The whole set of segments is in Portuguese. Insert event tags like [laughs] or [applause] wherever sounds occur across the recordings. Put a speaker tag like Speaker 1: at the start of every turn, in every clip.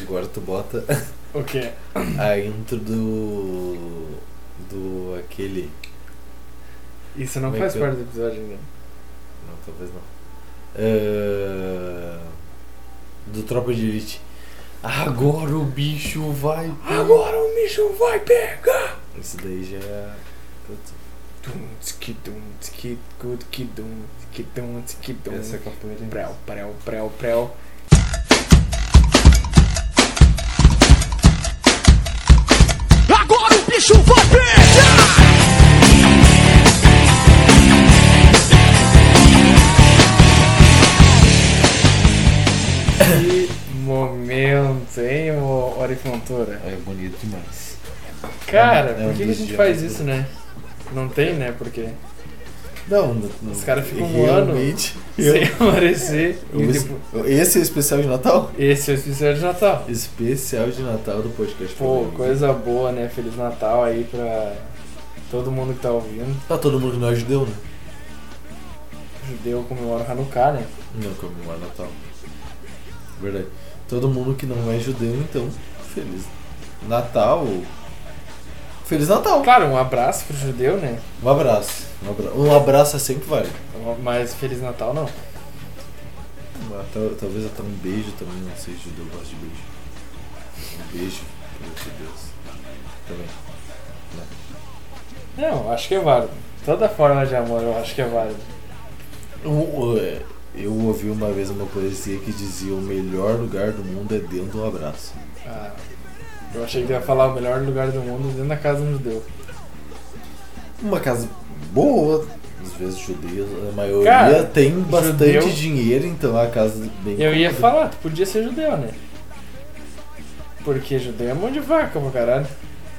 Speaker 1: Agora tu bota
Speaker 2: O quê?
Speaker 1: a intro do. do aquele.
Speaker 2: Isso não
Speaker 1: Como é
Speaker 2: faz
Speaker 1: que eu-
Speaker 2: parte do episódio né? ainda.
Speaker 1: Não, talvez não. Ah, do Tropa de Elite. Agora o bicho vai. pe-
Speaker 2: Agora o bicho vai pegar!
Speaker 1: Isso daí já é. Putz,
Speaker 2: Dum, tski, dum, tski, gu, tski, dum, tski, dum, tski, dum.
Speaker 1: Essa é a primeira
Speaker 2: Prel, prel, prel, prel.
Speaker 3: Agora o bicho vai pegar!
Speaker 2: Que momento, hein, ô Orifontura?
Speaker 1: É bonito demais.
Speaker 2: Cara,
Speaker 1: É um
Speaker 2: por que, que a
Speaker 1: dos
Speaker 2: gente
Speaker 1: dias
Speaker 2: faz
Speaker 1: mais
Speaker 2: isso, né? Não tem, né? Porque
Speaker 1: Não, não, não.
Speaker 2: Os caras ficam um ano
Speaker 1: realmente. eu-
Speaker 2: sem aparecer. e tipo-
Speaker 1: Esse,
Speaker 2: depois-
Speaker 1: esse é o especial de Natal?
Speaker 2: Esse é o especial de Natal.
Speaker 1: Especial de Natal do podcast.
Speaker 2: Pô,
Speaker 1: Polêmica.
Speaker 2: coisa boa, né? Feliz Natal aí pra todo mundo que tá ouvindo.
Speaker 1: Tá todo mundo que não é judeu, né?
Speaker 2: Judeu comemora o Hanukkah, né?
Speaker 1: Não comemora Natal. Verdade. Todo mundo que não é judeu, então, feliz Natal. Feliz Natal.
Speaker 2: Claro, um abraço pro judeu, né?
Speaker 1: Um abraço. Um abraço, um abraço é sempre válido.
Speaker 2: Mas Feliz Natal não.
Speaker 1: Tal- Talvez até um beijo também, não sei se judeu gosta de beijo. Um beijo, pelo amor de Deus. Também.
Speaker 2: Não, acho que é válido. Toda forma de amor eu acho que é válido.
Speaker 1: Um- é, Eu ouvi uma vez uma poesia que dizia o melhor lugar do mundo é dentro de um abraço.
Speaker 2: Ah, eu achei que tu ia falar o melhor lugar do mundo dentro da casa do judeu.
Speaker 1: Uma casa boa, às vezes judeus, a maioria
Speaker 2: Cara,
Speaker 1: tem bastante
Speaker 2: judeu-
Speaker 1: dinheiro, então é a casa bem
Speaker 2: Eu ia
Speaker 1: comprada.
Speaker 2: falar, tu podia ser judeu, né? Porque judeu é mão de vaca, meu caralho.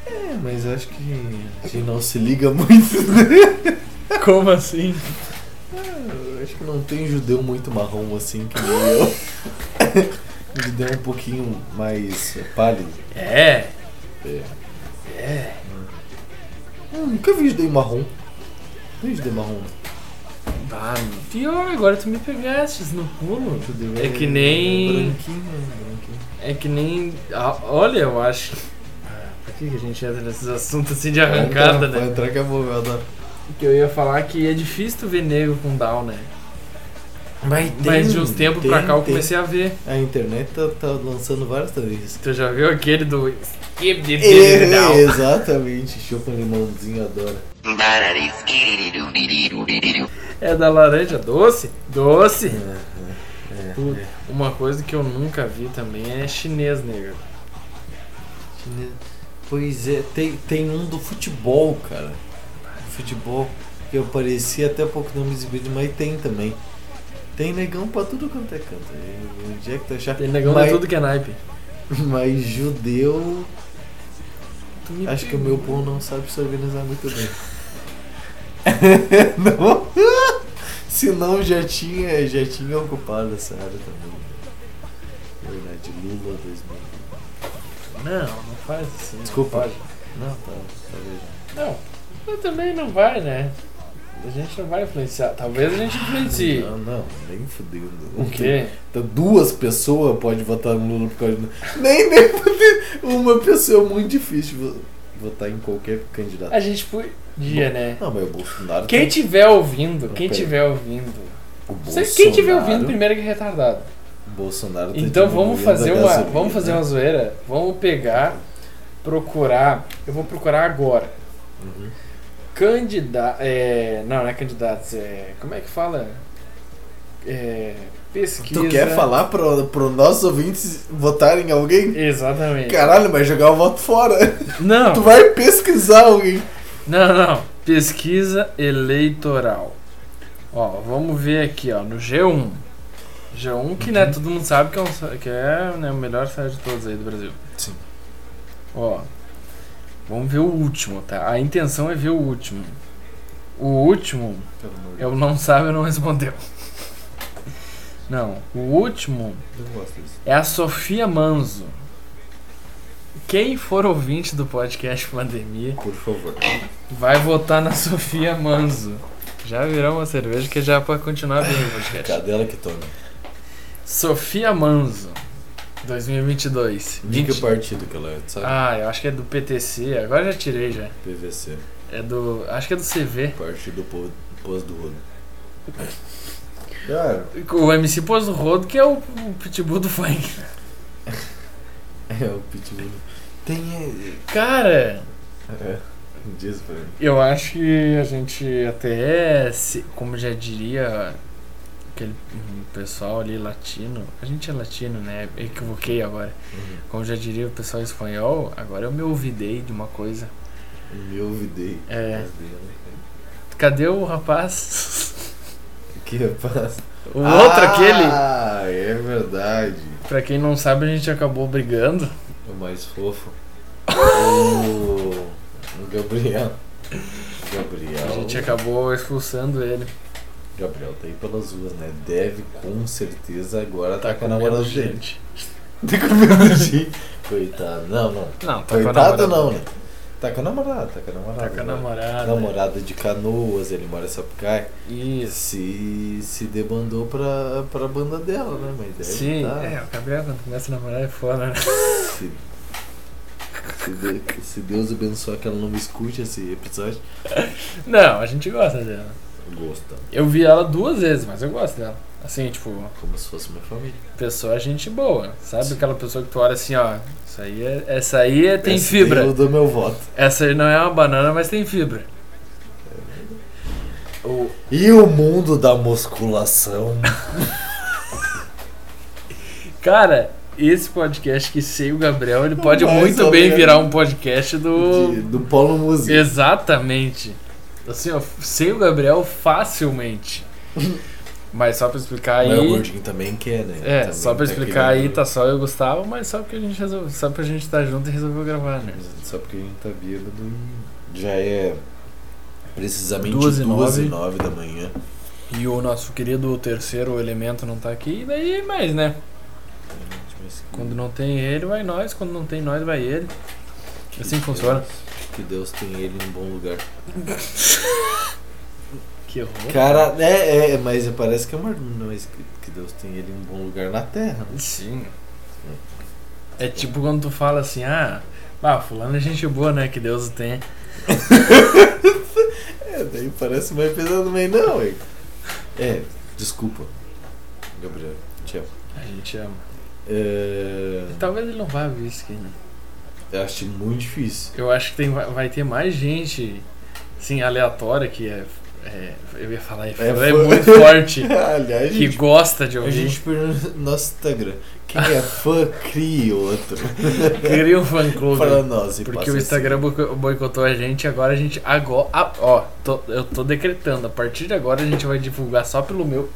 Speaker 1: É, mas acho que a gente não se liga muito. né?
Speaker 2: Como assim?
Speaker 1: Eu acho que não tem judeu muito marrom assim que nem eu.
Speaker 2: [laughs]
Speaker 1: judeu é um pouquinho mais pálido.
Speaker 2: É,
Speaker 1: É. Eu nunca vi judeu marrom. Não vi judeu marrom.
Speaker 2: Ah, pior, agora tu me pegastes no pulo.
Speaker 1: Judeu
Speaker 2: É que nem.
Speaker 1: Branquinho, né? branquinho.
Speaker 2: É que nem. ah, olha, eu acho. Ah, Por que, que a gente entra nesses assuntos assim de
Speaker 1: Vai
Speaker 2: arrancada,
Speaker 1: entrar, Vai
Speaker 2: né?
Speaker 1: entrar que é bom, eu adoro.
Speaker 2: Que eu ia falar que é difícil tu ver negro com down, né?
Speaker 1: Mas,
Speaker 2: Mas de uns tempos pra cá eu comecei a ver.
Speaker 1: A internet tá, tá lançando várias teorias.
Speaker 2: Tu já viu aquele do. Skip the
Speaker 1: É,
Speaker 2: down?
Speaker 1: exatamente, chupa um limãozinho, adora.
Speaker 2: É da laranja doce? Doce!
Speaker 1: É,
Speaker 2: Puta, Uma coisa que eu nunca vi também é chinês negro.
Speaker 1: Chinesa. Pois é, tem, tem um do futebol, cara. Futebol que eu parecia até pouco não me exibido, mas tem também. Tem negão pra tudo quanto é canto. E Onde é que tu achar?
Speaker 2: Tem negão
Speaker 1: mas,
Speaker 2: de tudo que é naipe.
Speaker 1: mas judeu,
Speaker 2: Tu me
Speaker 1: acho que o
Speaker 2: pegou.
Speaker 1: meu povo não sabe se organizar muito bem. [laughs] não? Se não, já tinha, já tinha ocupado essa área também. Verdade, Lula 2000.
Speaker 2: Não, não faz assim. não
Speaker 1: Desculpa.
Speaker 2: pode.
Speaker 1: Não, tá, tá viajando.
Speaker 2: Não, eu também não vai, né? A gente não vai influenciar. Talvez a gente influencie.
Speaker 1: [laughs] Não, não, nem fudendo.
Speaker 2: O quê?
Speaker 1: Então, duas pessoas podem votar no Lula por causa de... Nem, nem poder. Uma pessoa é muito difícil vo- votar em qualquer candidato.
Speaker 2: A gente podia, né?
Speaker 1: Não, mas o Bolsonaro.
Speaker 2: É. Quem
Speaker 1: tem-
Speaker 2: tiver ouvindo, quem
Speaker 1: Peraí.
Speaker 2: tiver ouvindo.
Speaker 1: o
Speaker 2: Sei- Quem tiver
Speaker 1: Bolsonaro-
Speaker 2: ouvindo primeiro que é retardado.
Speaker 1: o Bolsonaro tá
Speaker 2: Então vamos
Speaker 1: diminuindo
Speaker 2: fazer
Speaker 1: a
Speaker 2: uma.
Speaker 1: gasolina.
Speaker 2: Vamos fazer uma zoeira. Vamos pegar, procurar. Eu vou procurar agora.
Speaker 1: Uhum.
Speaker 2: Candidato. É, não, não é candidatos. É, como é que fala? É, pesquisa.
Speaker 1: Tu quer falar pro, pro nossos ouvintes votarem em alguém?
Speaker 2: Exatamente.
Speaker 1: Caralho, vai jogar o voto fora.
Speaker 2: Não.
Speaker 1: Tu vai pesquisar alguém.
Speaker 2: Não, não. Pesquisa eleitoral. Ó, vamos ver aqui, ó, no G1. G1 que, né, todo mundo sabe que é, um sa- que é, né, o melhor site de todos aí do Brasil.
Speaker 1: Sim.
Speaker 2: Ó, vamos ver o último, tá? A intenção é ver o último. O último, eu não sabe, eu não respondeu. Não, o último
Speaker 1: não gosto disso.
Speaker 2: é a Sofia Manzo. Quem for ouvinte do podcast Pandemia,
Speaker 1: Por favor.
Speaker 2: Vai votar na [laughs] Sofia Manzo. Já virou uma cerveja que já é pra continuar bem o podcast.
Speaker 1: Cadela que toma.
Speaker 2: Sofia Manzo. 2022.
Speaker 1: De que
Speaker 2: 20...
Speaker 1: partido que ela é, tu sabe?
Speaker 2: Ah, eu acho que é do PTC. Agora já tirei já.
Speaker 1: PVC.
Speaker 2: É do. Acho que é do CV.
Speaker 1: Partido Po- Pós do Rodo. [laughs] Cara,
Speaker 2: O MC Pôs do Rodo, que é o, o pitbull do funk.
Speaker 1: é o Pitbull. Tem.
Speaker 2: Cara,
Speaker 1: É. Diz pra mim.
Speaker 2: eu acho que a gente até. se- Como já diria aquele hum, pessoal ali latino. A gente é latino, né? Equivoquei agora. Como já diria o pessoal espanhol, agora eu me ouvidei de uma coisa.
Speaker 1: Me ouvidei.
Speaker 2: É. Cadê o rapaz? [laughs]
Speaker 1: Que rapaz.
Speaker 2: O outro, aquele?
Speaker 1: Ah, é verdade.
Speaker 2: Pra quem não sabe, a gente acabou brigando.
Speaker 1: O mais fofo. o... o Gabriel. Gabriel.
Speaker 2: A gente acabou expulsando ele.
Speaker 1: Gabriel tá aí pelas ruas, né? Deve com certeza agora tá, com a
Speaker 2: comendo
Speaker 1: namorada dele. [laughs] Tá com medo de. Coitado. Não, não.
Speaker 2: Não, tá
Speaker 1: Coitado
Speaker 2: com a namorada
Speaker 1: não, né?
Speaker 2: dele.
Speaker 1: Tá com a namorada, tá com a namorada.
Speaker 2: Tá com a
Speaker 1: né?
Speaker 2: namorada.
Speaker 1: Namorada de canoas, ele mora em Sapucaí.
Speaker 2: Isso.
Speaker 1: Se, se debandou pra, pra banda dela, né? Mas deve
Speaker 2: Sim,
Speaker 1: tá.
Speaker 2: é, o Gabriel quando começa a namorar é foda, né?
Speaker 1: Se, se, de- se Deus abençoar que ela não me escute esse episódio,
Speaker 2: Não, a gente gosta dela.
Speaker 1: gosta.
Speaker 2: Eu vi ela duas vezes, mas eu gosto dela. Assim, tipo,
Speaker 1: Como se fosse minha família.
Speaker 2: pessoa é gente boa. Sabe aquela pessoa que tu olha assim, ó, isso aí é, essa aí é, tem fibra.
Speaker 1: Eu dou meu voto.
Speaker 2: Essa aí não é uma banana, mas tem fibra. O,
Speaker 1: E o mundo da
Speaker 2: [laughs]
Speaker 1: musculação?
Speaker 2: cara, esse podcast que sei o Gabriel, ele pode
Speaker 1: [laughs] Mais
Speaker 2: muito
Speaker 1: ou
Speaker 2: bem
Speaker 1: menos.
Speaker 2: virar um podcast do
Speaker 1: de- do Paulo Musi.
Speaker 2: Exatamente. Assim, ó, sem o Gabriel
Speaker 1: [laughs]
Speaker 2: facilmente. Mas só pra explicar
Speaker 1: Mas o
Speaker 2: aí.
Speaker 1: gordinho também quer, né?
Speaker 2: É,
Speaker 1: Também
Speaker 2: só pra
Speaker 1: tá
Speaker 2: explicar aí,
Speaker 1: querendo-
Speaker 2: tá só eu e o Gustavo, mas só porque a gente resolveu. Só pra gente estar junto e resolveu gravar, né?
Speaker 1: Só porque a gente tá bêbado e já é precisamente
Speaker 2: Duas
Speaker 1: duas
Speaker 2: e
Speaker 1: e nove
Speaker 2: nove.
Speaker 1: da manhã.
Speaker 2: E o nosso querido terceiro elemento não tá aqui, e daí mais, né? Quando não tem ele, vai nós, quando não tem nós, vai ele. Assim que funciona.
Speaker 1: Deus- que Deus tem ele em bom lugar.
Speaker 2: Que horror.
Speaker 1: Cara, é, é, mas parece que é uma. Mas que, que Deus tem ele em bom lugar na terra.
Speaker 2: Sim. É tipo quando tu fala assim, ah, ah, fulano é gente boa, né? Que Deus o tenha.
Speaker 1: É, daí parece mais pesado, mas não, é. É, desculpa. Gabriel, te amo.
Speaker 2: A gente ama.
Speaker 1: É,
Speaker 2: Talvez ele não vá ver isso aqui, né?
Speaker 1: eu acho muito
Speaker 2: [laughs]
Speaker 1: difícil.
Speaker 2: Eu acho que tem, vai vai ter mais gente, assim, aleatória que é. é- eu ia falar, é, fã, é
Speaker 1: fã.
Speaker 2: muito
Speaker 1: [laughs]
Speaker 2: forte,
Speaker 1: Aliás,
Speaker 2: que
Speaker 1: gente,
Speaker 2: gosta de
Speaker 1: a
Speaker 2: ouvir.
Speaker 1: gente pergunta no nosso Instagram. Quem é fã, cria outro.
Speaker 2: Cria um fã
Speaker 1: Pra
Speaker 2: clube.
Speaker 1: nós. e
Speaker 2: Porque
Speaker 1: passa
Speaker 2: o
Speaker 1: assim.
Speaker 2: Instagram boico- boicotou a gente, agora a gente. Agora. ah, Ó, tô- eu tô decretando, a partir de agora a gente vai divulgar só pelo meu.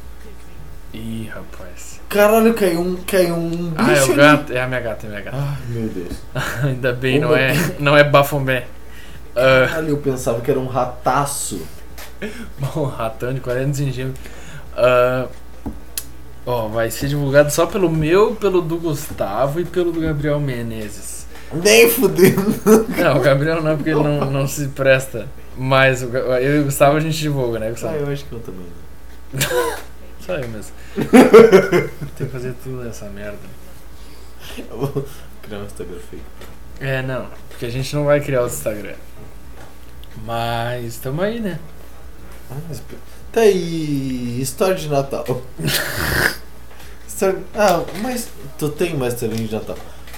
Speaker 2: Ih, rapaz.
Speaker 1: Caralho, caiu um, caiu um
Speaker 2: Ah, é
Speaker 1: bicho
Speaker 2: o
Speaker 1: ali.
Speaker 2: gato. É a minha gata, é a minha gata. [laughs]
Speaker 1: Ai, meu Deus.
Speaker 2: Ainda bem, não
Speaker 1: Uma-
Speaker 2: é, não é bafomé. Ah, [laughs]
Speaker 1: Caralho, eu pensava que era um rataço.
Speaker 2: Bom, ratão de 40 centímetros. Ah, ó, vai ser divulgado só pelo meu, pelo do Gustavo e pelo do Gabriel Menezes.
Speaker 1: Nem fudendo.
Speaker 2: Não, o Gabriel não, porque ele não, não se presta. Mas o, Ga- eu e o Gustavo a gente divulga, né,
Speaker 1: Ah,
Speaker 2: Gustavo?
Speaker 1: eu acho que eu também.
Speaker 2: Só eu mesmo. [laughs] Tem que fazer tudo essa merda.
Speaker 1: [laughs] Eu vou criar um Instagram fake.
Speaker 2: É, não, porque a gente não vai criar outro Instagram. Mas tamo aí, né?
Speaker 1: Ah, mas pe- Tá aí. História de Natal. [laughs] História- ah, mas tu tem uma historinha de Natal.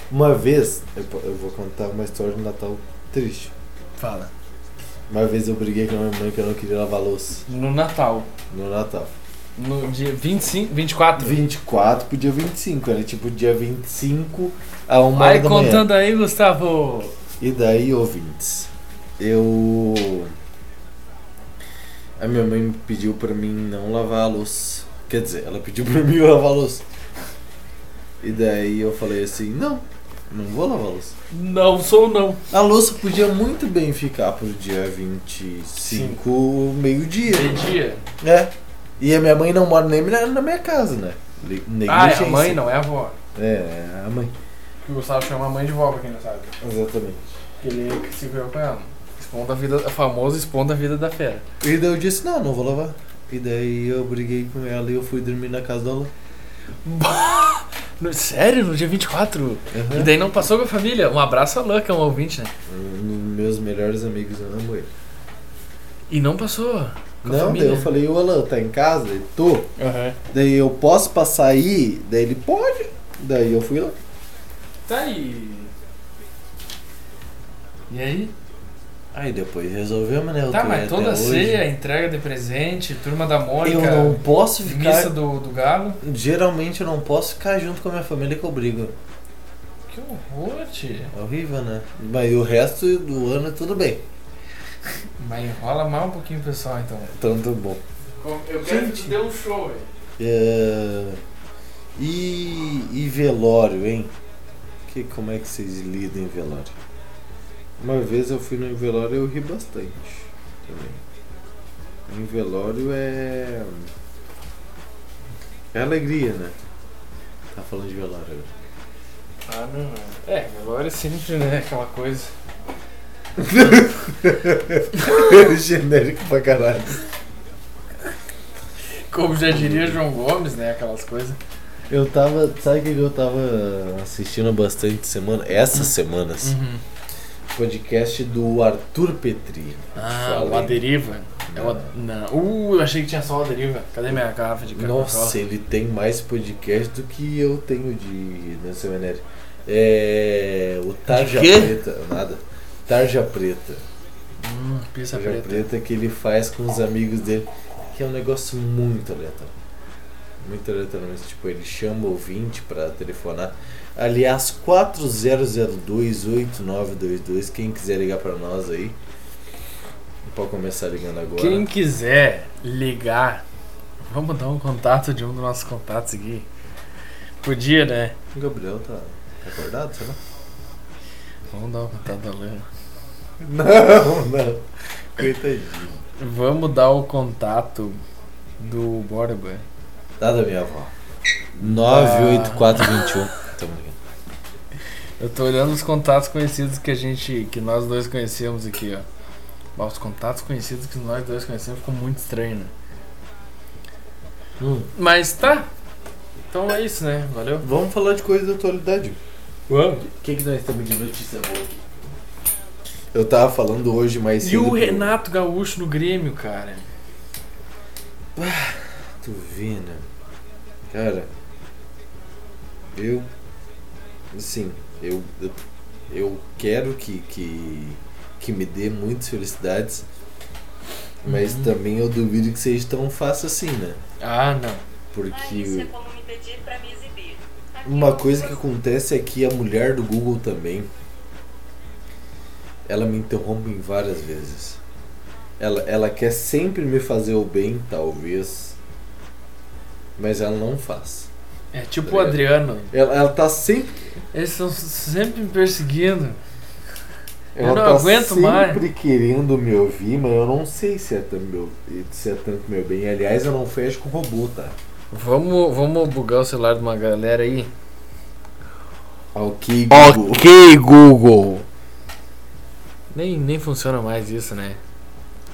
Speaker 1: Uma vez, eu, po- eu vou contar uma história de Natal triste.
Speaker 2: Fala.
Speaker 1: Uma vez eu briguei com a minha mãe que eu não queria lavar louça
Speaker 2: No Natal,
Speaker 1: no Natal.
Speaker 2: no dia 25, 24.
Speaker 1: 24 pro dia 25, era tipo dia 25 a uma hora
Speaker 2: Vai
Speaker 1: da manhã.
Speaker 2: contando aí, Gustavo.
Speaker 1: E daí, ouvintes, eu. A minha mãe pediu pra mim não lavar a luz. Quer dizer, ela pediu pra [laughs] mim lavar a luz. E daí eu falei assim: não, não vou lavar a luz.
Speaker 2: Não sou não.
Speaker 1: A louça podia muito bem ficar pro dia 25, meio-dia.
Speaker 2: Meio-dia.
Speaker 1: É. E a minha mãe não mora nem na na minha casa, né? Le-
Speaker 2: Ah, é a
Speaker 1: negligência.
Speaker 2: mãe, não é a avó.
Speaker 1: É, é a mãe.
Speaker 2: Que o Gustavo chama a mãe de vó, pra quem não sabe.
Speaker 1: Exatamente.
Speaker 2: Que ele se criou com ela. Expondo a vida, famoso expondo a vida da fera.
Speaker 1: E daí eu disse, não, não vou lavar. E daí eu briguei com ela e eu fui dormir na casa dela.
Speaker 2: Bah! No- Sério? No dia 24? E daí não passou com a família? Um abraço a Luca, um ouvinte, né?
Speaker 1: Um dos meus melhores amigos, eu amo ele.
Speaker 2: E não passou. Com
Speaker 1: Não,
Speaker 2: a
Speaker 1: daí
Speaker 2: família.
Speaker 1: eu falei, o Alan, tá em casa? Ele, tô. Daí eu posso passar aí? Daí ele, pode. Daí eu fui lá.
Speaker 2: Tá aí. E aí?
Speaker 1: Aí depois resolvemos, né? Eu
Speaker 2: tá,
Speaker 1: tô
Speaker 2: mas
Speaker 1: até
Speaker 2: toda
Speaker 1: hoje.
Speaker 2: ceia, entrega de presente, turma da Mônica,
Speaker 1: Eu não posso
Speaker 2: missa
Speaker 1: ficar...
Speaker 2: do, do galo.
Speaker 1: Geralmente eu não posso ficar junto com a minha família que eu brigo.
Speaker 2: Que horror, tia.
Speaker 1: É horrível, né? Mas o resto do ano é tudo bem.
Speaker 2: Mas enrola mal um pouquinho o pessoal, então.
Speaker 1: Tanto bom.
Speaker 2: Eu
Speaker 1: quero que tu
Speaker 2: dê um show, velho.
Speaker 1: É, E, e velório, hein? Que, como é que vocês lidam em velório? Uma vez eu fui no velório e eu ri bastante também. Em velório é. É alegria, né? Tá falando de velório agora.
Speaker 2: Ah, não. É, agora é sempre, né, aquela coisa.
Speaker 1: Genérico pra caralho.
Speaker 2: Como já diria João Gomes, né, aquelas coisas.
Speaker 1: Eu tava. Sabe o que eu tava assistindo bastante semana? Essas semanas.
Speaker 2: Uhum.
Speaker 1: Podcast do Arthur Petri.
Speaker 2: Ah,
Speaker 1: Falei.
Speaker 2: o A Deriva. É o A- Não. Uh, eu achei que tinha só o A Deriva. Cadê minha garrafa de Coca-Cola?
Speaker 1: Nossa, ele tem mais podcast do que eu tenho de Nelson Venério. É. O Tarja
Speaker 2: De quê?
Speaker 1: Preta, nada. Tarja Preta.
Speaker 2: Hum, pizza
Speaker 1: Tarja
Speaker 2: preta.
Speaker 1: preta. que ele faz com os amigos dele, que é um negócio muito aleatório. Muito aleatório, mas tipo, ele chama o ouvinte pra telefonar. Aliás, 40028922, quem quiser ligar pra nós aí. Pode começar ligando agora.
Speaker 2: Quem quiser ligar, vamos dar um contato de um dos nossos contatos aqui. Podia, né?
Speaker 1: O Gabriel tá tá acordado,
Speaker 2: [laughs]
Speaker 1: será?
Speaker 2: Vamos dar o contato da Lana.
Speaker 1: Não, não. Coitadinho.
Speaker 2: Vamos dar o contato do Borba.
Speaker 1: Dá da minha avó. 98421.
Speaker 2: Ah.
Speaker 1: Tamo ligado.
Speaker 2: Eu tô olhando os contatos conhecidos que a gente. que nós dois conhecemos aqui, ó. Bah, Os contatos conhecidos que nós dois conhecemos ficou muito estranho, né?
Speaker 1: Hum,
Speaker 2: Mas tá. Então é isso, né? Valeu.
Speaker 1: vamos falar de coisa da atualidade.
Speaker 2: Vamos.
Speaker 1: O que, que nós temos de notícia boa aqui? Eu tava falando hoje mais cedo.
Speaker 2: E o
Speaker 1: pro-
Speaker 2: Renato Gaúcho no Grêmio, cara.
Speaker 1: Tu vê, né? Cara, eu. Assim, eu. Eu, eu quero que, que. Que me dê muitas felicidades. Mas
Speaker 2: Uhum.
Speaker 1: também eu duvido que seja tão fácil assim, né?
Speaker 2: Ah, não.
Speaker 1: Porque.
Speaker 4: Ah, isso é como me pedir pra me exibir. Tá Aqui
Speaker 1: Uma
Speaker 4: eu
Speaker 1: coisa que
Speaker 4: vou-
Speaker 1: acontece é que a mulher do Google também. Ela me interrompe em várias vezes. Ela, ela quer sempre me fazer o bem, talvez. Mas ela não faz.
Speaker 2: É tipo o Adriano.
Speaker 1: Ela, ela tá sempre.
Speaker 2: Eles estão sempre me perseguindo. Eu
Speaker 1: ela
Speaker 2: não
Speaker 1: tá
Speaker 2: aguento
Speaker 1: sempre
Speaker 2: mais.
Speaker 1: querendo me ouvir, mas eu não sei se é tanto meu, se é tanto meu bem. Aliás, eu não fecho com robô, tá?
Speaker 2: Vamos, vamos bugar o celular de uma galera aí.
Speaker 1: Ok, Google.
Speaker 2: Google. Nem, nem funciona mais isso, né?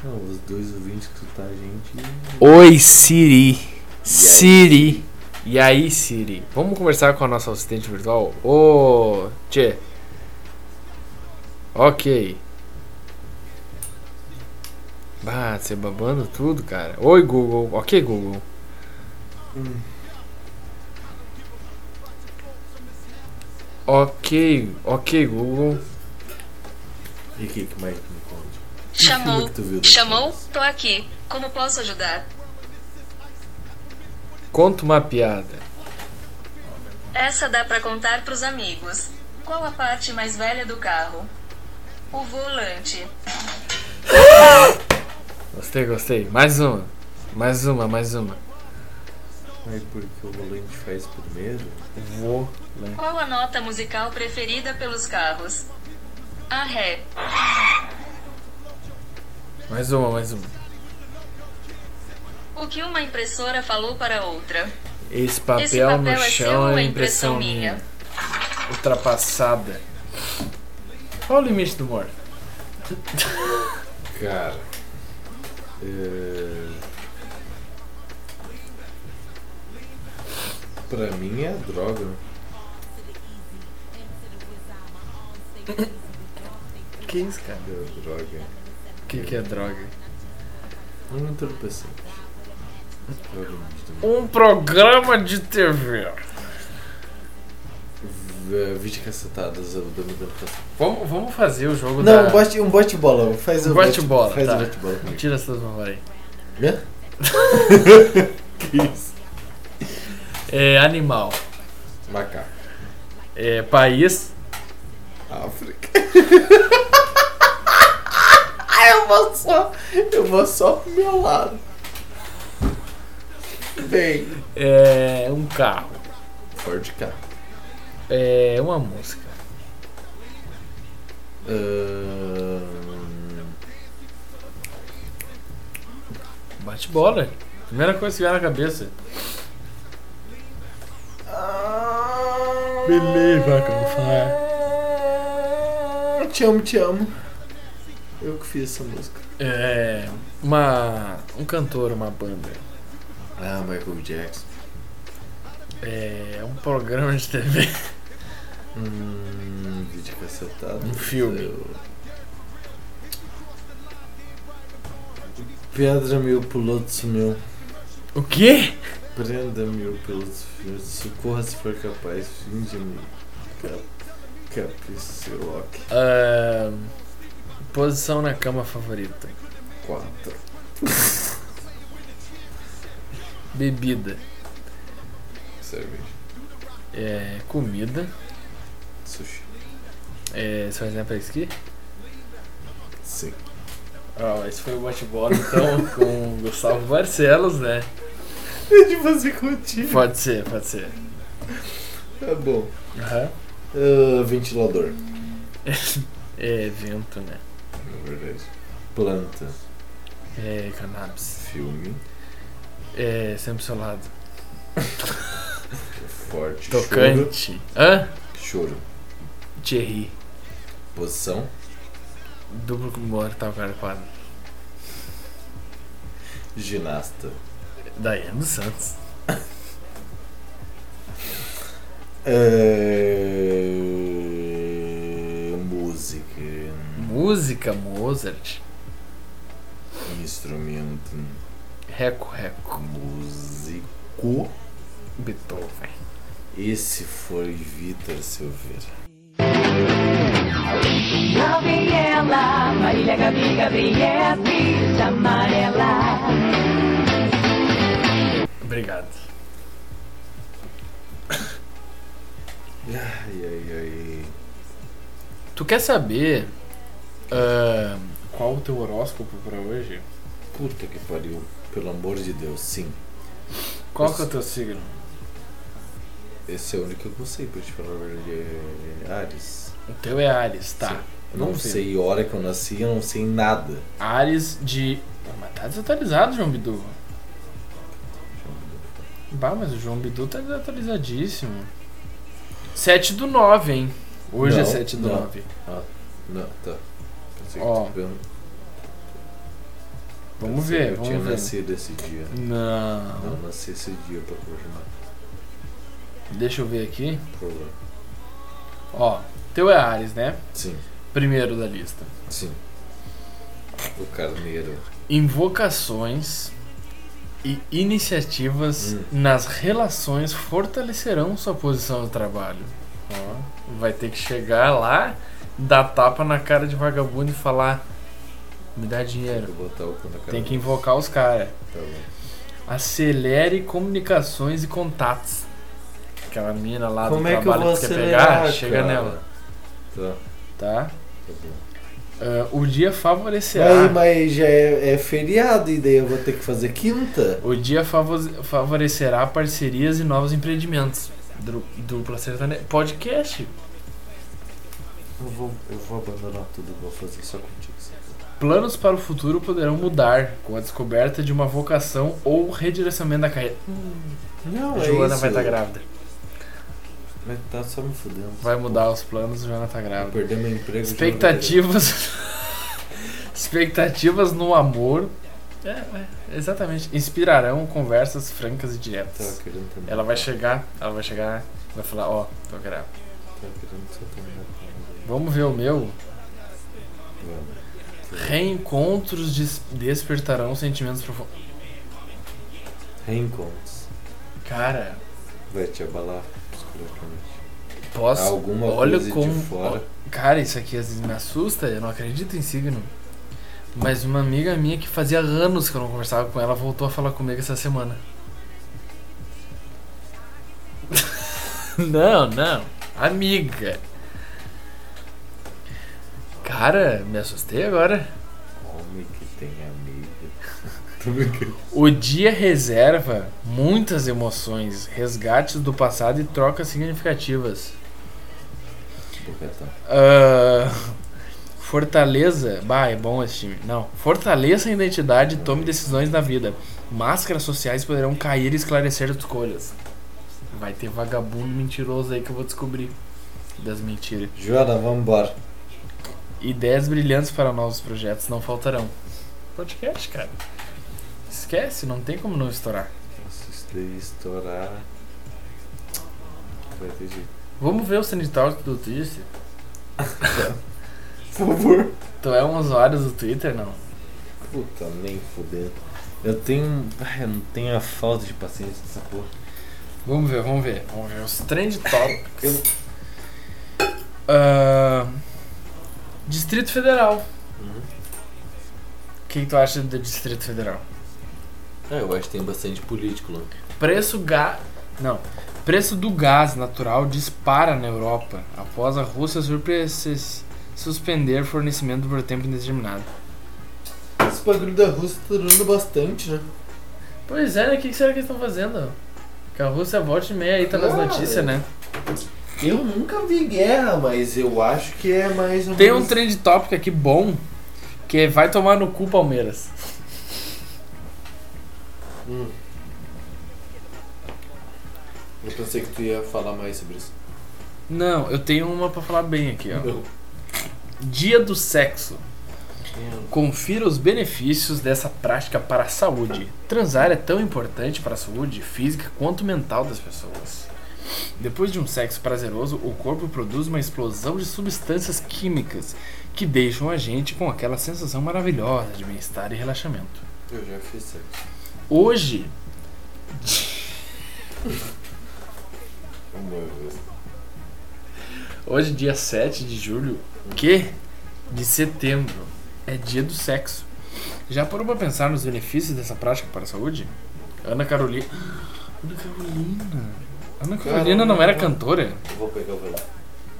Speaker 1: Não, os dois ouvintes que tu tá, gente.
Speaker 2: Oi Siri. Siri. E aí, Siri? Vamos conversar com a nossa assistente virtual? Ô, Tchê. Ok. Bah, você babando tudo, cara. Oi, Google. Ok, Google.
Speaker 1: Hum.
Speaker 2: Ok, ok, Google.
Speaker 1: E o que, que mais tu me conta? Que filme
Speaker 4: Chamou.
Speaker 1: que tu viu da
Speaker 4: Chamou? Tô aqui. Como posso ajudar?
Speaker 2: Conta uma piada.
Speaker 4: Essa dá pra contar pros amigos. Qual a parte mais velha do carro? O volante.
Speaker 2: Gostei, gostei. Mais uma. Mais uma, mais uma.
Speaker 1: É porque o volante faz primeiro.
Speaker 2: Vou.
Speaker 4: Qual a nota musical preferida pelos carros? A ré.
Speaker 2: Mais uma, mais uma.
Speaker 4: O que uma impressora falou para outra?
Speaker 2: Esse papel,
Speaker 4: Esse papel
Speaker 2: no
Speaker 4: é seu
Speaker 2: chão
Speaker 4: ou
Speaker 2: é impressão minha. Ultrapassada. Qual o limite do humor?
Speaker 1: Cara. É... Pra mim é droga.
Speaker 2: Que isso, cara?
Speaker 1: É droga.
Speaker 2: O que, que é droga?
Speaker 1: Um entorpecente. Obviamente também.
Speaker 2: Um programa de TV.
Speaker 1: V- Vinte cacetadas eu dou me dando cacetadas.
Speaker 2: Vamos, vamos fazer o jogo da...
Speaker 1: Não, um bote, um bote bola. Faz o
Speaker 2: Um bate-bola,
Speaker 1: Faz
Speaker 2: tá.
Speaker 1: o bote bola comigo.
Speaker 2: Tira essas memórias aí.
Speaker 1: Hã? que isso?
Speaker 2: É animal.
Speaker 1: Macaco.
Speaker 2: É país.
Speaker 1: África. [laughs] eu vou só. Eu vou só pro meu lado. Bem.
Speaker 2: É um carro.
Speaker 1: Ford K.
Speaker 2: É uma música.
Speaker 1: Ahn,
Speaker 2: Bate bola. Primeira coisa que vier na cabeça. Beleza, que eu vou falar.
Speaker 1: Te amo, te amo. Eu que fiz essa música.
Speaker 2: É. Uma. Um cantor, uma banda.
Speaker 1: Ah, Michael Jackson.
Speaker 2: É. Um programa de TV.
Speaker 1: Hum, vídeo cacetado.
Speaker 2: Um filme.
Speaker 1: Eu- Pedra-me o piloto sumiu.
Speaker 2: O quê?
Speaker 1: Prenda-me o piloto sumiu. Socorra se for capaz. Finge-me. Cap... Capricioque.
Speaker 2: Ah, posição na cama favorita.
Speaker 1: 4.
Speaker 2: Bebida.
Speaker 1: Cerveja.
Speaker 2: É. Comida.
Speaker 1: Sushi.
Speaker 2: É. Você vai desenhar pra esqui?
Speaker 1: Sim.
Speaker 2: Ó, Ah, esse foi o bate-bola [laughs] então com o Gustavo Barcelos, né?
Speaker 1: É de fazer contigo.
Speaker 2: Pode ser, pode ser.
Speaker 1: Tá bom.
Speaker 2: Aham.
Speaker 1: Ah, ventilador.
Speaker 2: É vento, né?
Speaker 1: Na verdade. Planta.
Speaker 2: É cannabis.
Speaker 1: Filme.
Speaker 2: É sempre ao seu lado.
Speaker 1: Forte.
Speaker 2: Tocante. Hã?
Speaker 1: Choro. Choro.
Speaker 2: Thierry.
Speaker 1: Posição.
Speaker 2: Duplo com mortal carpado.
Speaker 1: Ginasta.
Speaker 2: Daiane dos Santos.
Speaker 1: Ah, É... Música.
Speaker 2: Música, Mozart.
Speaker 1: Instrumento.
Speaker 2: Reco, reco.
Speaker 1: Músico.
Speaker 2: Beethoven.
Speaker 1: Esse foi Vitor Silveira.
Speaker 5: Gabriela, Marília Gabi, Gabriela, Atriz Amarela.
Speaker 2: Obrigado.
Speaker 1: Ai, ai, ai.
Speaker 2: Tu quer saber ah, qual o teu horóscopo pra hoje?
Speaker 1: Puta que pariu. Pelo amor de Deus, sim.
Speaker 2: Qual que é o teu signo?
Speaker 1: Esse é o único que eu não sei pra te falar a verdade. É Ares.
Speaker 2: O teu é Ares, tá.
Speaker 1: Eu não
Speaker 2: Confirma.
Speaker 1: sei hora que eu nasci, eu não sei nada.
Speaker 2: Ares de. Ah, Mas tá desatualizado, João Bidu. Bah, mas o João Bidu tá desatualizadíssimo. 7 do 9, hein? Hoje é
Speaker 1: Não,
Speaker 2: 7 do
Speaker 1: não.
Speaker 2: 9.
Speaker 1: Não, tá. Pensei
Speaker 2: Ó,
Speaker 1: que tu pen-
Speaker 2: Vamos
Speaker 1: pensei que
Speaker 2: ver,
Speaker 1: Eu tinha
Speaker 2: vamos ver.
Speaker 1: nascido esse dia.
Speaker 2: Não.
Speaker 1: Não, nasci esse dia pra confirmar.
Speaker 2: Deixa eu ver aqui.
Speaker 1: Problema.
Speaker 2: Ó, teu é Ares, né?
Speaker 1: Sim,
Speaker 2: Primeiro da lista.
Speaker 1: sim. O carneiro.
Speaker 2: Invocações e iniciativas
Speaker 1: Hum.
Speaker 2: nas relações fortalecerão sua posição no trabalho. Ó, vai ter que chegar lá, dar tapa na cara de vagabundo e falar: me dá dinheiro.
Speaker 1: Quero botar o cu na cara.
Speaker 2: Tem que
Speaker 1: dele.
Speaker 2: invocar os caras.
Speaker 1: Tá bom.
Speaker 2: Acelere comunicações e contatos. Aquela mina lá
Speaker 1: Como
Speaker 2: Ah, do
Speaker 1: é que eu
Speaker 2: trabalho
Speaker 1: vou
Speaker 2: que tu quer
Speaker 1: acelerar,
Speaker 2: pegar, chega
Speaker 1: cara?
Speaker 2: nela,
Speaker 1: Tá,
Speaker 2: tá?
Speaker 1: tá bom.
Speaker 2: Ah, o dia favorecerá.
Speaker 1: Mas, mas já é, é feriado e daí eu vou ter que fazer quinta?
Speaker 2: O dia favo- favorecerá parcerias e novos empreendimentos. Dru- Dupla sertaneja. Podcast.
Speaker 1: Eu vou, eu vou abandonar tudo, vou fazer só contigo.
Speaker 2: Planos para o futuro poderão mudar com a descoberta de uma vocação ou redirecionamento da carreira.
Speaker 1: Não, é
Speaker 2: Joana vai estar grávida.
Speaker 1: Mas tá só me fudendo.
Speaker 2: Vai mudar os planos, Joana tá
Speaker 1: Vou
Speaker 2: grávida.
Speaker 1: perder meu emprego. de novo.
Speaker 2: [laughs] Expectativas. Expectativas no amor É, é, exatamente. Inspirarão conversas francas e
Speaker 1: Tava
Speaker 2: diretas.
Speaker 1: querendo também.
Speaker 2: Ela vai chegar, ela vai chegar, vai falar, ó, tô grávida.
Speaker 1: Tava querendo só terminar
Speaker 2: Vamos ver o meu.
Speaker 1: com ela.
Speaker 2: Reencontros des- despertarão sentimentos profundos.
Speaker 1: Reencontros.
Speaker 2: Cara,
Speaker 1: Vai te abalar psicologicamente.
Speaker 2: posso.
Speaker 1: Alguma
Speaker 2: olha
Speaker 1: coisa
Speaker 2: como.
Speaker 1: de fora.
Speaker 2: Cara, isso aqui às vezes me assusta, eu não acredito em signo. Mas uma amiga minha que fazia anos que eu não conversava com ela voltou a falar comigo essa semana. [laughs] não, não. Amiga. Cara, me assustei agora.
Speaker 1: Homem que tem amiga. [laughs] Tô brincando.
Speaker 2: O dia reserva muitas emoções, resgates do passado e trocas significativas.
Speaker 1: Bocatão.
Speaker 2: Ah, Fortaleza. Bah, é bom esse time. Não. Fortaleça a identidade e tome decisões na vida. Máscaras sociais poderão cair e esclarecer as escolhas. Vai ter vagabundo mentiroso aí que eu vou descobrir. Das mentiras.
Speaker 1: Joana, vambora.
Speaker 2: Ideias brilhantes para novos projetos não faltarão. Podcast, cara. Esquece, não tem como não estourar.
Speaker 1: Se isso daí estourar. Vai ter jeito.
Speaker 2: Vamos ver o Sanital que tu disse.
Speaker 1: Por favor.
Speaker 2: Tu é um usuário do Twitter, não?
Speaker 1: Puta, nem fudendo. Eu tenho. Ai, eu não tenho a falta de paciência dessa porra.
Speaker 2: Vamos ver, vamos ver. Vamos ver os trend topics.
Speaker 1: Eu-
Speaker 2: Ah, Distrito Federal.
Speaker 1: Uhum.
Speaker 2: O que, que tu acha do Distrito Federal?
Speaker 1: É, eu acho que tem bastante político lá.
Speaker 2: Preço gás. Não. Preço do gás natural dispara na Europa após a Rússia surpre- sus- suspender fornecimento por tempo indeterminado.
Speaker 1: Esse bagulho da Rússia tá durando bastante, né?
Speaker 2: Pois é, né? O que, que será que eles estão fazendo? Que a Rússia volte e meia aí tá nas
Speaker 1: Ah,
Speaker 2: notícias, né?
Speaker 1: Eu nunca vi guerra, mas eu acho que é mais ou
Speaker 2: Tem um
Speaker 1: menos.
Speaker 2: trend tópico aqui bom que é vai tomar no cu Palmeiras.
Speaker 1: Hum. Eu pensei que tu ia falar mais sobre isso.
Speaker 2: Não, eu tenho uma pra falar bem aqui, ó.
Speaker 1: Não.
Speaker 2: Dia do sexo. Confira os benefícios dessa prática para a saúde. Transar é tão importante para a saúde física quanto mental das pessoas. Depois de um sexo prazeroso, o corpo produz uma explosão de substâncias químicas que deixam a gente com aquela sensação maravilhosa de bem-estar e relaxamento.
Speaker 1: Eu já fiz sexo.
Speaker 2: Hoje,
Speaker 1: Uma vez.
Speaker 2: Hoje, dia 7 de julho, que de setembro, é dia do sexo. Já parou pra pensar nos benefícios dessa prática para a saúde? Ana Carolina. Ana Carolina. Ana Carolina não era cantora?
Speaker 1: Eu vou pegar o velho.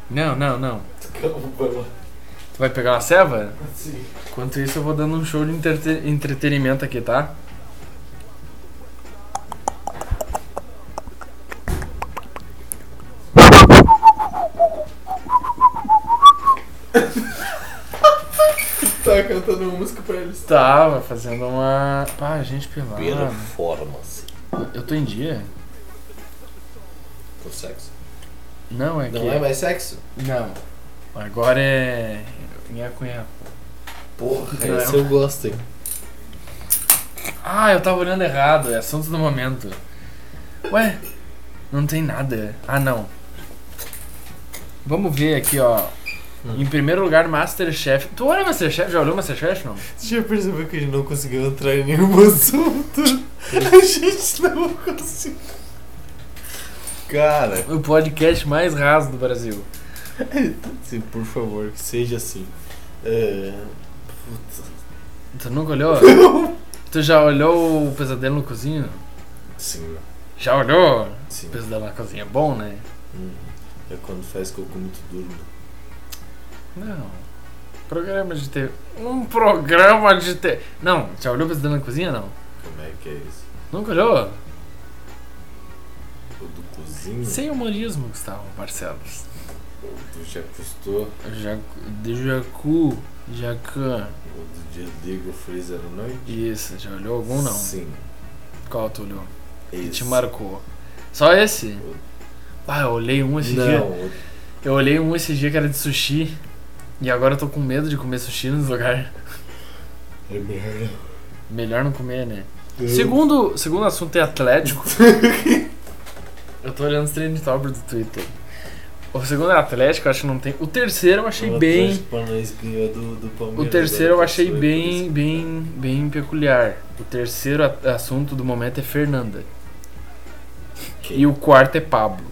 Speaker 2: Não, não, não.
Speaker 1: Calma, vai lá.
Speaker 2: Tu vai pegar uma ceva?
Speaker 1: Sim.
Speaker 2: Enquanto isso, eu vou dando um show de entrete- entretenimento aqui, tá?
Speaker 1: Tá cantando uma música pra eles.
Speaker 2: Tava fazendo uma. Pá, gente pelada.
Speaker 1: Ah. Performance.
Speaker 2: Eu tô em dia?
Speaker 1: Por sexo.
Speaker 2: Não, é que.
Speaker 1: Não é mais sexo?
Speaker 2: Não. Agora é. Minha cunha.
Speaker 1: Porra, é.
Speaker 2: Não.
Speaker 1: esse eu gosto, hein?
Speaker 2: Ah, eu tava olhando errado, é assunto do momento. Ué, não tem nada. Ah, não. Vamos ver aqui, ó. Em primeiro lugar, Masterchef. Tu olha Masterchef? Já olhou Masterchef, não?
Speaker 1: Você já percebeu que a gente não conseguiu entrar em nenhum [laughs] assunto? A gente não conseguiu. Cara,
Speaker 2: O podcast mais raso do Brasil.
Speaker 1: se, por favor, que seja assim. É,
Speaker 2: Tu nunca olhou? tu já olhou o Pesadelo no Cozinho?
Speaker 1: Sim,
Speaker 2: Já olhou?
Speaker 1: sim.
Speaker 2: O Pesadelo na Cozinha é bom, né?
Speaker 1: Hum, É quando faz que eu como muito duro.
Speaker 2: Não. Programa de TV. Um programa de TV. Não, já olhou o Pesadelo na Cozinha, não?
Speaker 1: Como é que é isso?
Speaker 2: Nunca olhou?
Speaker 1: O do cozinho?
Speaker 2: Sem humorismo, Gustavo Barcelos.
Speaker 1: O do já custou.
Speaker 2: Jacu- De Jacu, Jacan.
Speaker 1: O do Diego Freezer à noite?
Speaker 2: Isso, já olhou algum Um não?
Speaker 1: Sim.
Speaker 2: Qual tu olhou? Que
Speaker 1: esse.
Speaker 2: te marcou. Só esse? Ah, eu olhei um esse dia.
Speaker 1: Não, o-
Speaker 2: Eu olhei um esse dia que era de sushi. E agora eu tô com medo de comer sushi nos lugares.
Speaker 1: é melhor não.
Speaker 2: Melhor não comer, né?
Speaker 1: Eu-
Speaker 2: Segundo, segundo assunto
Speaker 1: [laughs]
Speaker 2: é Atlético. eu tô olhando os trending topics do Twitter. O segundo é Atlético, eu acho que não tem. O terceiro eu achei
Speaker 1: o
Speaker 2: bem.
Speaker 1: Atlético Paranaense ganhou é do, do Palmeiras.
Speaker 2: O terceiro eu
Speaker 1: agora,
Speaker 2: achei
Speaker 1: foi por
Speaker 2: bem,
Speaker 1: isso.
Speaker 2: bem, bem peculiar. O terceiro a- assunto do momento é Fernanda.
Speaker 1: Quem?
Speaker 2: E o quarto é Pablo.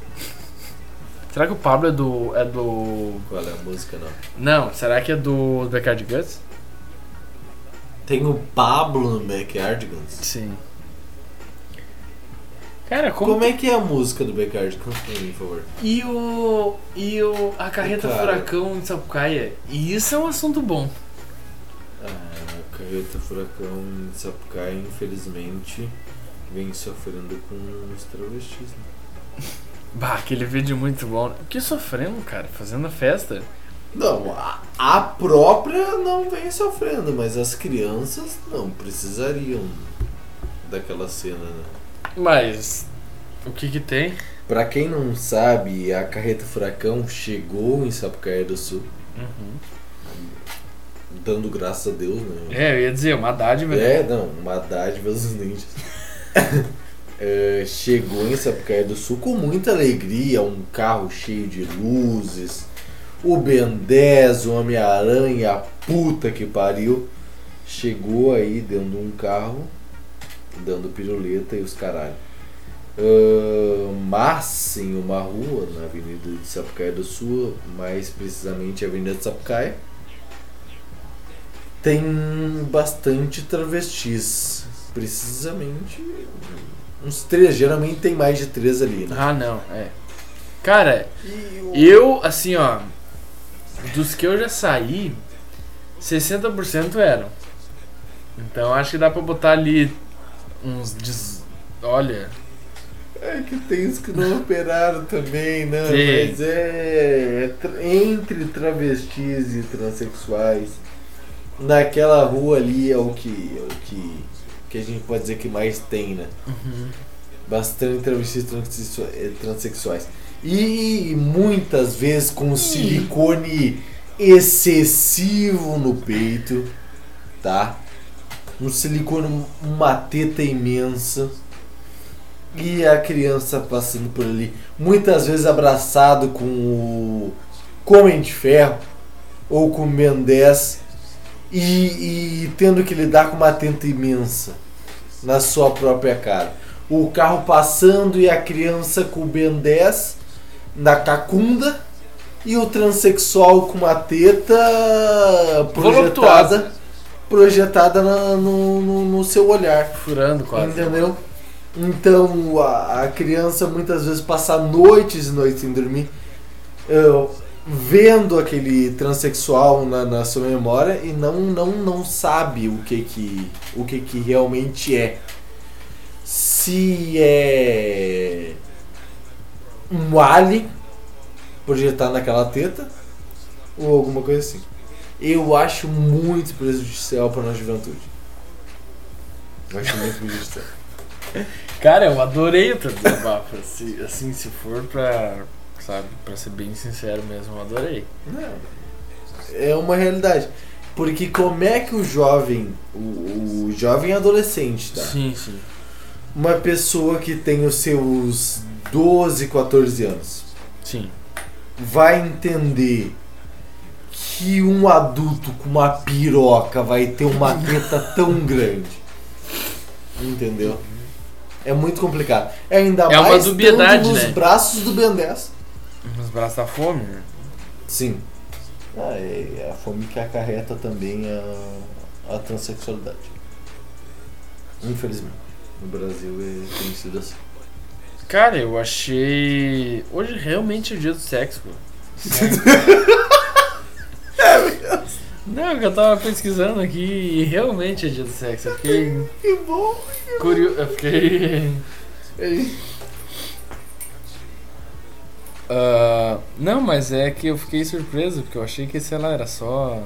Speaker 2: Será que o Pablo é do. é do.
Speaker 1: Qual é a música, não?
Speaker 2: Não, será que é do Backyard Guts?
Speaker 1: Tem o Pablo no Backyardigans.
Speaker 2: Sim. Cara, como.
Speaker 1: Como, é que é a música do Backyardigans pra mim, por favor?
Speaker 2: E o. E o. A carreta
Speaker 1: Cara.
Speaker 2: furacão em Sapucaia. E isso é um assunto bom.
Speaker 1: A Carreta Ah, Furacão em Sapucaia, infelizmente, vem sofrendo com os travestis. Né?
Speaker 2: Bah, aquele vídeo muito bom. né? Que sofrendo, cara, fazendo a festa.
Speaker 1: Não, a, a própria não vem sofrendo, mas as crianças não precisariam daquela cena, né?
Speaker 2: Mas. O que que tem?
Speaker 1: Pra quem não sabe, a Carreta Furacão chegou em Sapucaia do Sul, Uhum. dando graças a Deus, né?
Speaker 2: É, eu ia dizer, uma dádiva. né?
Speaker 1: É, não, uma dádiva dos ninjas. [laughs] É, chegou em Sapucaia do Sul com muita alegria, um carro cheio de luzes, o Ben 10, o Homem-Aranha, a puta que pariu. Chegou aí dentro de um carro, dando piruleta e os caralho. Ah, mas em uma rua na Avenida de Sapucaia do Sul, mais precisamente a Avenida de Sapucaia, tem bastante travestis. Precisamente uns três, geralmente tem mais de três ali, né?
Speaker 2: Ah, não, é. Cara,
Speaker 1: E o-
Speaker 2: eu, assim, ó. Dos que eu já saí, 60% eram. Então acho que dá pra botar ali uns. Des... Olha,
Speaker 1: É que tem os que não operaram também, né?
Speaker 2: Sim.
Speaker 1: Mas é, é tra- entre travestis e transexuais. Naquela rua ali é o que é o que, que a gente pode dizer que mais tem, né? Bastante travestis e transexua- eh, transexuais. E muitas vezes com silicone excessivo no peito, tá? Um silicone, uma teta imensa. E a criança passando por ali, muitas vezes abraçado com o Comem de Ferro ou com o Ben 10 e, e tendo que lidar com uma tenta imensa na sua própria cara. O carro passando e a criança com o Ben 10 na cacunda e o transexual com uma teta projetada,
Speaker 2: Voluptuosa.
Speaker 1: projetada na- no- no- no seu olhar.
Speaker 2: furando quase.
Speaker 1: Entendeu? Então a, a criança muitas vezes passa noites e noites sem dormir eu, vendo aquele transexual na, na sua memória e não, não, não sabe o que que, o que que realmente é. Se é um alien projetado naquela teta ou alguma coisa assim. Eu acho muito prejudicial para nossa juventude. Eu acho muito prejudicial.
Speaker 2: Cara, eu adorei o teu desabafo. se, assim, se for pra. Sabe, pra ser bem sincero mesmo, eu adorei.
Speaker 1: Não. É uma realidade. Porque como é que o jovem, o, o jovem adolescente, tá?
Speaker 2: Sim, sim.
Speaker 1: Uma pessoa que tem os seus 12, 14 anos
Speaker 2: Sim.
Speaker 1: vai entender que um adulto com uma piroca vai ter uma
Speaker 2: [laughs]
Speaker 1: teta tão grande. Entendeu? É muito complicado. É ainda
Speaker 2: Uhum. É uma
Speaker 1: mais tendo
Speaker 2: dubiedade,
Speaker 1: nos
Speaker 2: né?
Speaker 1: braços do Ben 10.
Speaker 2: Nos braços da fome, né?
Speaker 1: Sim. Ah, é é a fome que acarreta também a, a transexualidade. Infelizmente. No Brasil é conhecido assim.
Speaker 2: Cara, eu achei. Hoje realmente é o dia do sexo, [laughs] pô. Sério. É Não, que eu tava pesquisando aqui e realmente é dia do sexo. Eu fiquei
Speaker 1: Que bom!
Speaker 2: curioso. Eu fiquei. [laughs] Ah, não, mas é que eu fiquei surpreso, porque eu achei que, sei lá, era só.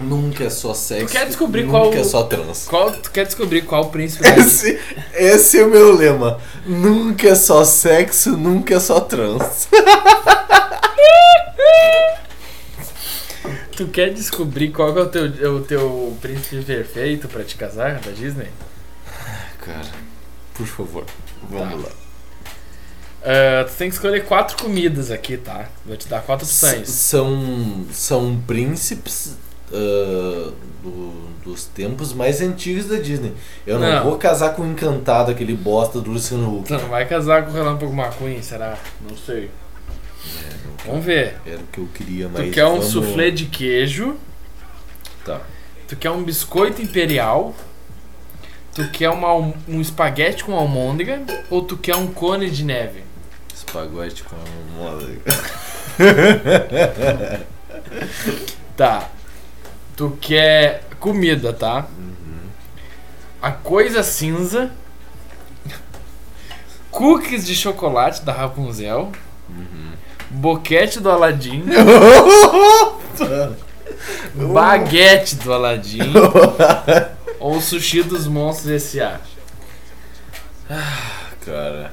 Speaker 1: Nunca é só sexo.
Speaker 2: Tu quer descobrir
Speaker 1: nunca
Speaker 2: qual-
Speaker 1: é só trans.
Speaker 2: Qual, tu quer descobrir qual [laughs] príncipe da
Speaker 1: Esse, esse é o meu lema. Nunca é só sexo, nunca é só trans.
Speaker 2: Tu quer descobrir qual que é o teu, é o teu príncipe perfeito pra te casar da Disney?
Speaker 1: Cara, por favor,
Speaker 2: Tá.
Speaker 1: vamos lá.
Speaker 2: Ah, tu tem que escolher quatro comidas aqui, tá? Vou te dar quatro
Speaker 1: S-
Speaker 2: opções.
Speaker 1: São, são príncipes ah, do- dos tempos mais antigos da Disney. Eu não,
Speaker 2: Não.
Speaker 1: vou casar com o encantado, aquele bosta do Luciano Huck.
Speaker 2: Tu não vai casar com o Relâmpago McQueen, será? Não sei. Vamos ver.
Speaker 1: Era o que eu queria, mas.
Speaker 2: Tu quer um
Speaker 1: vamos...
Speaker 2: soufflé de queijo,
Speaker 1: Tá.
Speaker 2: tu quer um biscoito imperial, tu quer uma alm- um espaguete com almôndega ou tu quer um cone de neve?
Speaker 1: Espaguete com um moda.
Speaker 2: Tá. Tu quer comida, tá? A coisa cinza. Cookies de chocolate da Rapunzel. Boquete
Speaker 1: [laughs]
Speaker 2: do Aladim. baguete do Aladim. ou sushi dos monstros S.A.
Speaker 1: [laughs] Cara.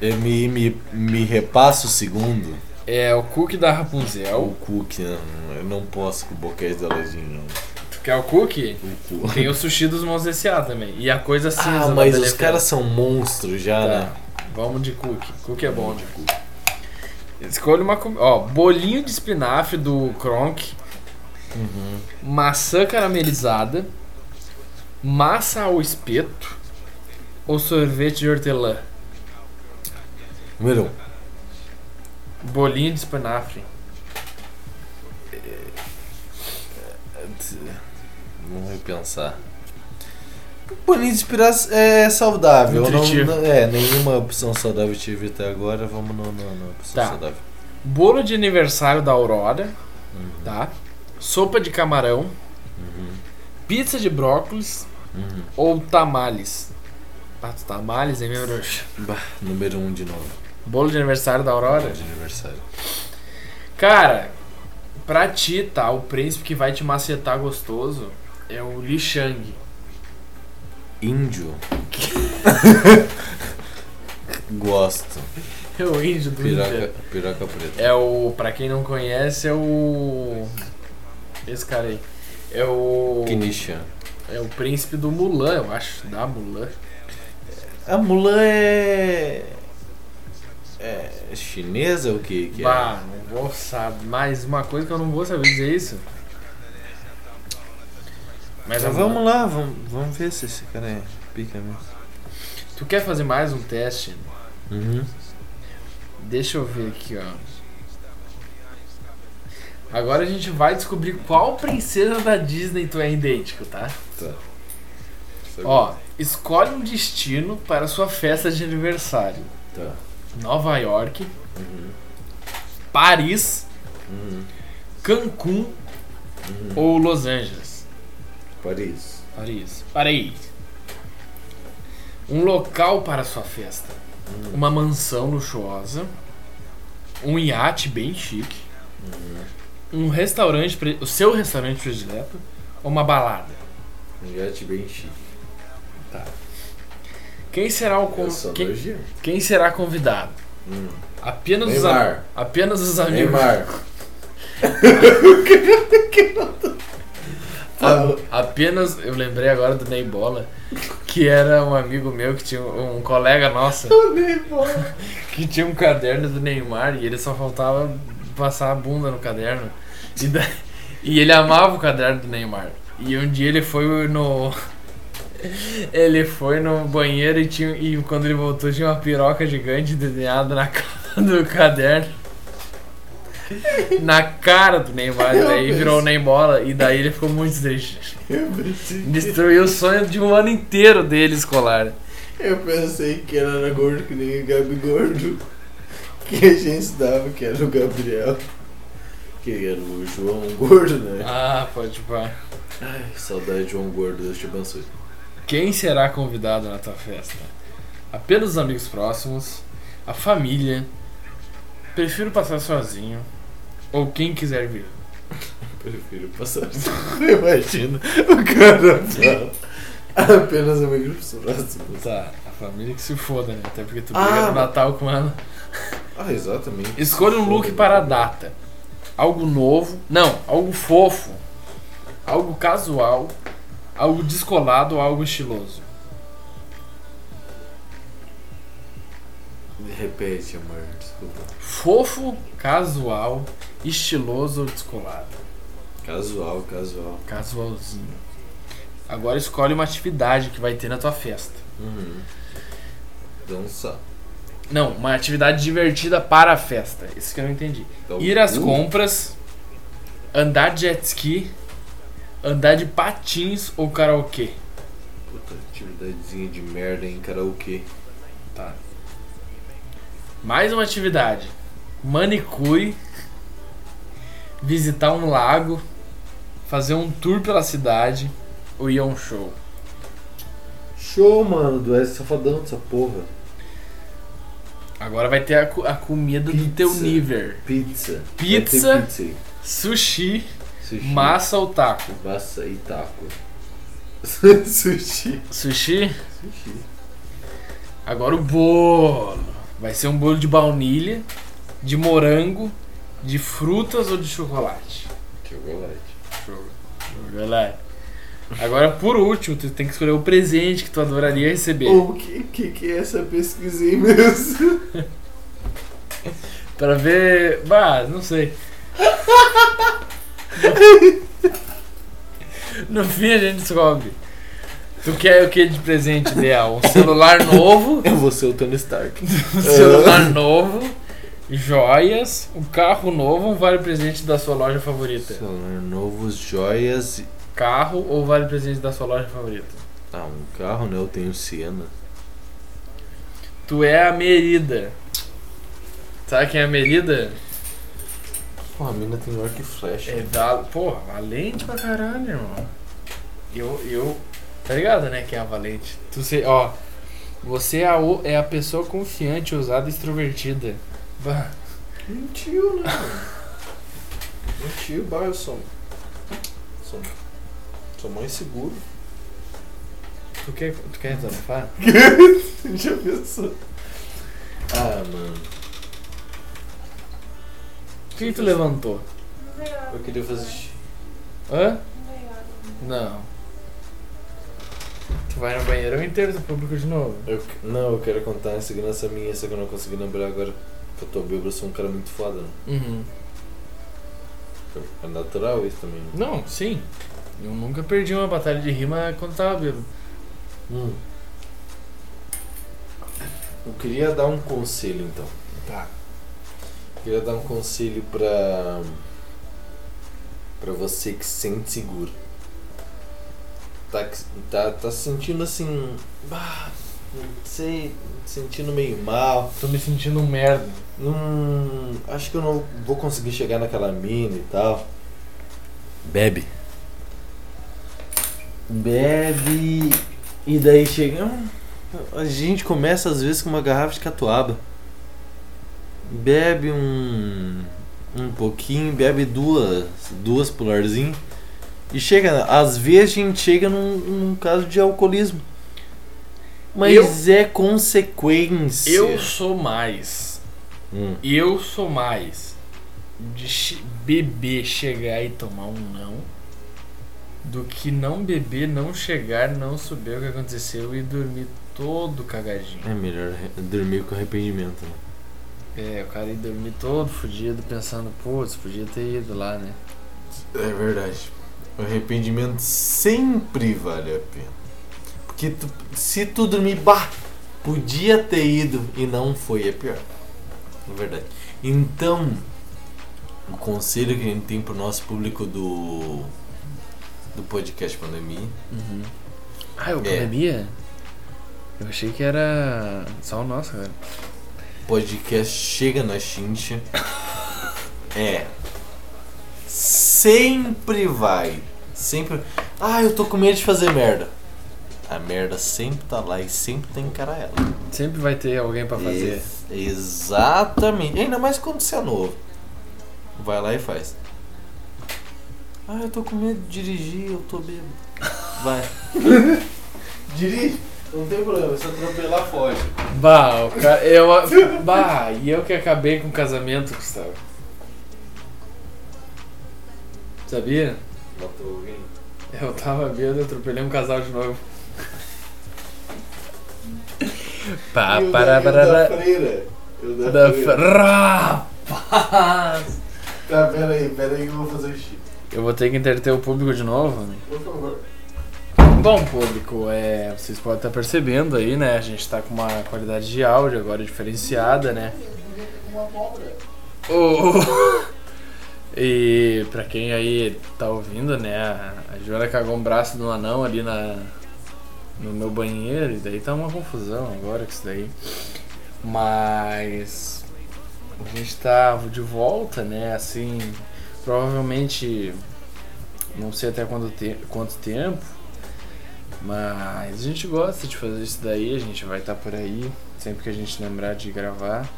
Speaker 1: Eu me, me, me repassa o segundo.
Speaker 2: É o cookie da
Speaker 1: O
Speaker 2: Rapunzel.
Speaker 1: cookie, não, eu não posso com o boquete da Ledinho, não.
Speaker 2: Tu quer o cookie?
Speaker 1: O cu.
Speaker 2: Tem o sushi dos monstros S.A. também. E a coisa cinza.
Speaker 1: Ah,
Speaker 2: da
Speaker 1: mas os
Speaker 2: Telefônica.
Speaker 1: caras são monstros já,
Speaker 2: Tá,
Speaker 1: né?
Speaker 2: vamos de cookie. Cookie é bom de cookie. Escolha uma comida. Ó, bolinho de espinafre do Kronk. Maçã caramelizada. Massa ao espeto. Ou sorvete de hortelã.
Speaker 1: Número um.
Speaker 2: Bolinho de espinafre.
Speaker 1: Vamos repensar. Bolinho de espinafre é saudável. Não,
Speaker 2: Nutritivo.
Speaker 1: não- é, nenhuma opção saudável tive até agora. Vamos no, no, na opção
Speaker 2: Tá.
Speaker 1: saudável.
Speaker 2: Bolo de aniversário da Aurora. Tá? Sopa de camarão. Pizza de brócolis. Ou tamales. Ah, tamales, hein, meu bruxo?
Speaker 1: Bah, número um de novo.
Speaker 2: Bolo de aniversário da Aurora.
Speaker 1: De aniversário.
Speaker 2: Cara, pra ti, tá? O príncipe que vai te macetar gostoso é o Li Shang. [laughs]
Speaker 1: Índio. [laughs] Gosto.
Speaker 2: É o índio do
Speaker 1: Piroca,
Speaker 2: Inter.
Speaker 1: piroca preta.
Speaker 2: É o. Pra quem não conhece, é o. Esse cara aí. É o.
Speaker 1: Kinishan.
Speaker 2: É o príncipe do Mulan, eu acho. Da Mulan.
Speaker 1: A Mulan é. É chinesa ou o que que é?
Speaker 2: Bah, não vou saber. Mais uma coisa que eu não vou saber dizer é isso. Mas
Speaker 1: Mas
Speaker 2: a
Speaker 1: Então vamos
Speaker 2: Mulan-
Speaker 1: lá, vamos, vamos ver se esse cara é pica mesmo.
Speaker 2: Tu quer fazer mais um teste?
Speaker 1: Uhum.
Speaker 2: Deixa eu ver aqui, ó. Agora a gente vai descobrir qual princesa da Disney tu é idêntico, tá? Ó, escolhe um destino para sua festa de aniversário.
Speaker 1: Tá.
Speaker 2: Nova York, Paris, Cancún ou Los Angeles.
Speaker 1: Paris.
Speaker 2: Paris. Paris. Um local para sua festa.
Speaker 1: Hum.
Speaker 2: Uma mansão luxuosa. Um iate bem chique.
Speaker 1: Hum.
Speaker 2: Um restaurante, pre- o seu restaurante predileto. Ou uma balada.
Speaker 1: Um iate bem chique.
Speaker 2: Quem será o con- quem, quem será convidado? Apenas, os am-
Speaker 1: Hum. Neymar.
Speaker 2: apenas os amigos.
Speaker 1: [laughs] Neymar. Ah,
Speaker 2: A- apenas, eu lembrei agora do Ney Bola, que era um amigo meu que tinha um um colega nosso. que tinha um caderno do Neymar e ele só faltava passar a bunda no caderno. E, da- e ele amava o caderno do Neymar. E um dia ele foi no. [laughs] Ele foi no banheiro e, tinha, e quando ele voltou tinha uma piroca gigante desenhada na [laughs] cara do caderno. Na cara do Neymar, e daí virou o Neybola e daí ele ficou muito triste.
Speaker 1: Eu pensei,
Speaker 2: Destruiu o sonho de um ano inteiro dele escolar.
Speaker 1: eu pensei que ele era gordo que nem o Gabi Gordo. Que a gente dava que era o Gabriel. Que era o João Gordo, né?
Speaker 2: Ah, pode pá.
Speaker 1: Ai, saudade de João Gordo, Deus te abençoe.
Speaker 2: Quem será convidado na tua festa? Apenas os amigos próximos, a família, prefiro passar sozinho, ou quem quiser [laughs] vir.
Speaker 1: Prefiro passar. [laughs] Imagina, o cara fala. Apenas amigos próximos.
Speaker 2: Tá, a família que se foda, né? Até porque tu briga
Speaker 1: Ah,
Speaker 2: no Natal com ela.
Speaker 1: Ah, exatamente.
Speaker 2: Escolha um look para a data. algo novo, não, algo fofo, algo casual, algo descolado, algo estiloso.
Speaker 1: Repete, amor, desculpa.
Speaker 2: Fofo, casual, estiloso ou descolado.
Speaker 1: Casual, casual.
Speaker 2: Casualzinho. Agora escolhe uma atividade que vai ter na tua festa.
Speaker 1: Uhum. Dança.
Speaker 2: Não, uma atividade divertida para a festa. Isso que eu não entendi.
Speaker 1: Então,
Speaker 2: Ir às
Speaker 1: uh,
Speaker 2: compras, andar de jet ski, andar de patins ou karaokê.
Speaker 1: Puta, atividadezinha de merda em karaokê.
Speaker 2: Tá. Mais uma atividade. Manicure, visitar um lago, fazer um tour pela cidade ou ir a um show.
Speaker 1: Show, mano, do S Safadão dessa porra.
Speaker 2: Agora vai ter a, co- a comida do teu
Speaker 1: Pizza.
Speaker 2: nível.
Speaker 1: Pizza. Vai ter
Speaker 2: Pizza?
Speaker 1: pizza aí.
Speaker 2: Sushi,
Speaker 1: Sushi.
Speaker 2: massa ou taco?
Speaker 1: Massa e [laughs] taco. Sushi.
Speaker 2: Sushi?
Speaker 1: Sushi.
Speaker 2: Agora o bolo. Vai ser um bolo de baunilha, de morango, de frutas ou de chocolate?
Speaker 1: Chocolate.
Speaker 2: Chocolate. Agora, por último, tu tem que escolher o presente que tu adoraria receber.
Speaker 1: O que, que que é essa pesquisa aí mesmo?
Speaker 2: Pra ver. Bah, não sei. No fim a gente descobre. Tu quer o que de presente ideal? Um celular novo,
Speaker 1: [laughs] Eu vou ser o Tony Stark.
Speaker 2: É um celular novo, joias, um carro novo ou um vale presente da sua loja favorita?
Speaker 1: Celular novo, joias. e-
Speaker 2: Carro ou vale presente da sua loja favorita?
Speaker 1: Ah, um carro, né? Eu tenho Siena.
Speaker 2: Tu é a Merida. Sabe quem é a Merida?
Speaker 1: Pô, a mina tem arco e flecha.
Speaker 2: É da. Porra, valente pra caralho, irmão. Eu. eu tá ligado, né? Que é a valente. Tu sei, ó. Você é a, o- é a pessoa confiante, ousada e extrovertida. Bah,
Speaker 1: Mentiu, né? mano? Mentiu, bah, eu sou. um- Sou, um- sou mais seguro. [laughs]
Speaker 2: tu quer, tu quer desabafar?
Speaker 1: Já pensou? Ah, mano.
Speaker 2: Por que que tu levantou?
Speaker 1: Eu queria fazer. xixi.
Speaker 2: Hã? Não. Tu vai no banheiro inteiro do público de novo.
Speaker 1: Eu, que- não, eu quero contar uma segurança minha, só que eu não consegui lembrar agora. Que eu tô bêbado, eu sou um cara muito foda, né?
Speaker 2: Uhum.
Speaker 1: É natural isso também. né?
Speaker 2: Não, sim. Eu nunca perdi uma batalha de rima quando tava bêbado.
Speaker 1: Hum. Eu queria dar um conselho então.
Speaker 2: Tá.
Speaker 1: Queria dar um conselho pra. pra você que se sente seguro. Tá, que- tá, tá se sentindo assim. Bah, não sei. sentindo meio mal.
Speaker 2: Tô me sentindo um merda.
Speaker 1: Não. Acho que eu não vou conseguir chegar naquela mina e tal. Bebe. Bebe. E daí chega. hum, A gente começa às vezes com uma garrafa de catuaba. Bebe um. Um pouquinho, bebe duas. Duas polarzinho. E chega. Às vezes a gente chega num, num caso de alcoolismo. Mas é consequência.
Speaker 2: Eu sou mais.
Speaker 1: Hum.
Speaker 2: Eu sou mais de che- beber, chegar e tomar um não do que não beber, não chegar, não saber o que aconteceu e dormir todo cagadinho.
Speaker 1: É melhor re- dormir com arrependimento, né?
Speaker 2: É, o cara ia dormir todo fudido pensando, putz, podia ter ido lá, né?
Speaker 1: É verdade. O arrependimento sempre vale a pena. Porque tu- se tu dormir, bah, podia ter ido e não foi, é pior. É verdade. Então, o conselho que a gente tem pro nosso público do do podcast Pandemia.
Speaker 2: Ah, eu
Speaker 1: É.
Speaker 2: bebia? Eu achei que era só o nosso, cara.
Speaker 1: podcast chega na chincha é sempre vai sempre ah eu tô com medo de fazer merda a merda sempre tá lá e sempre tem que encarar ela
Speaker 2: Sempre vai ter alguém pra fazer.
Speaker 1: Ex- exatamente ainda mais quando você é novo vai lá e faz ah eu tô com medo de dirigir eu tô bêbado vai [laughs] dirige não tem problema se atropelar foge
Speaker 2: Bah, o ca- eu. Bah, e eu que acabei com o casamento, Gustavo. Sabia?
Speaker 6: Matou alguém?
Speaker 2: Eu tava bêbado e atropelei um casal de novo. Pá,
Speaker 6: E o da-
Speaker 2: pará,
Speaker 6: e o
Speaker 2: pará,
Speaker 6: da
Speaker 2: pará.
Speaker 6: freira. Eu da,
Speaker 2: Da
Speaker 6: freira.
Speaker 2: fra-
Speaker 6: Tá, pera aí, pera aí que eu vou fazer o xixi.
Speaker 2: Eu vou ter que entreter o público de novo. né?
Speaker 6: Por favor.
Speaker 2: Bom, público, é, vocês podem estar percebendo aí, né? A gente tá com uma qualidade de áudio agora diferenciada, né? O- o- e pra quem aí tá ouvindo, né? A, a Joana cagou um braço de um anão ali na, no meu banheiro, e daí tá uma confusão agora com isso daí. Mas a gente tá de volta, né? Assim, provavelmente não sei até quando te- quanto tempo. Mas a gente gosta de fazer isso daí, a gente vai estar por aí sempre que a gente lembrar de gravar.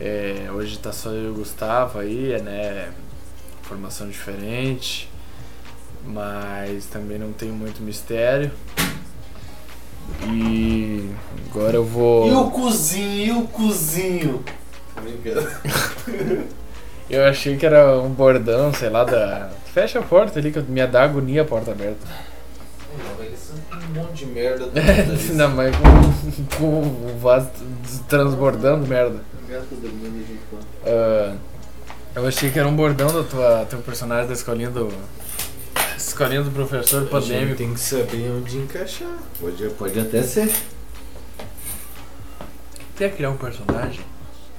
Speaker 2: É, hoje tá só eu e o Gustavo aí, é, né? Formação diferente, mas também não tem muito mistério. E agora eu vou.
Speaker 1: E o cozinho, e o cozinho.
Speaker 6: Tô [laughs] brincando.
Speaker 2: Eu achei que era um bordão, sei lá, da. Fecha a porta ali que eu me dá agonia a porta aberta.
Speaker 6: Não, velho, isso é um monte de [laughs] merda
Speaker 2: É,
Speaker 6: do
Speaker 2: [laughs] Ainda mais com, com o vaso des- transbordando merda.
Speaker 6: Gato da minha gente fala.
Speaker 2: Ah, eu achei que era um bordão do tua, teu personagem da escolinha do. Escolinha do professor
Speaker 1: A gente
Speaker 2: pandêmico.
Speaker 1: tem que saber onde encaixar.
Speaker 6: É Pode, pode até ser.
Speaker 2: Até criar um personagem.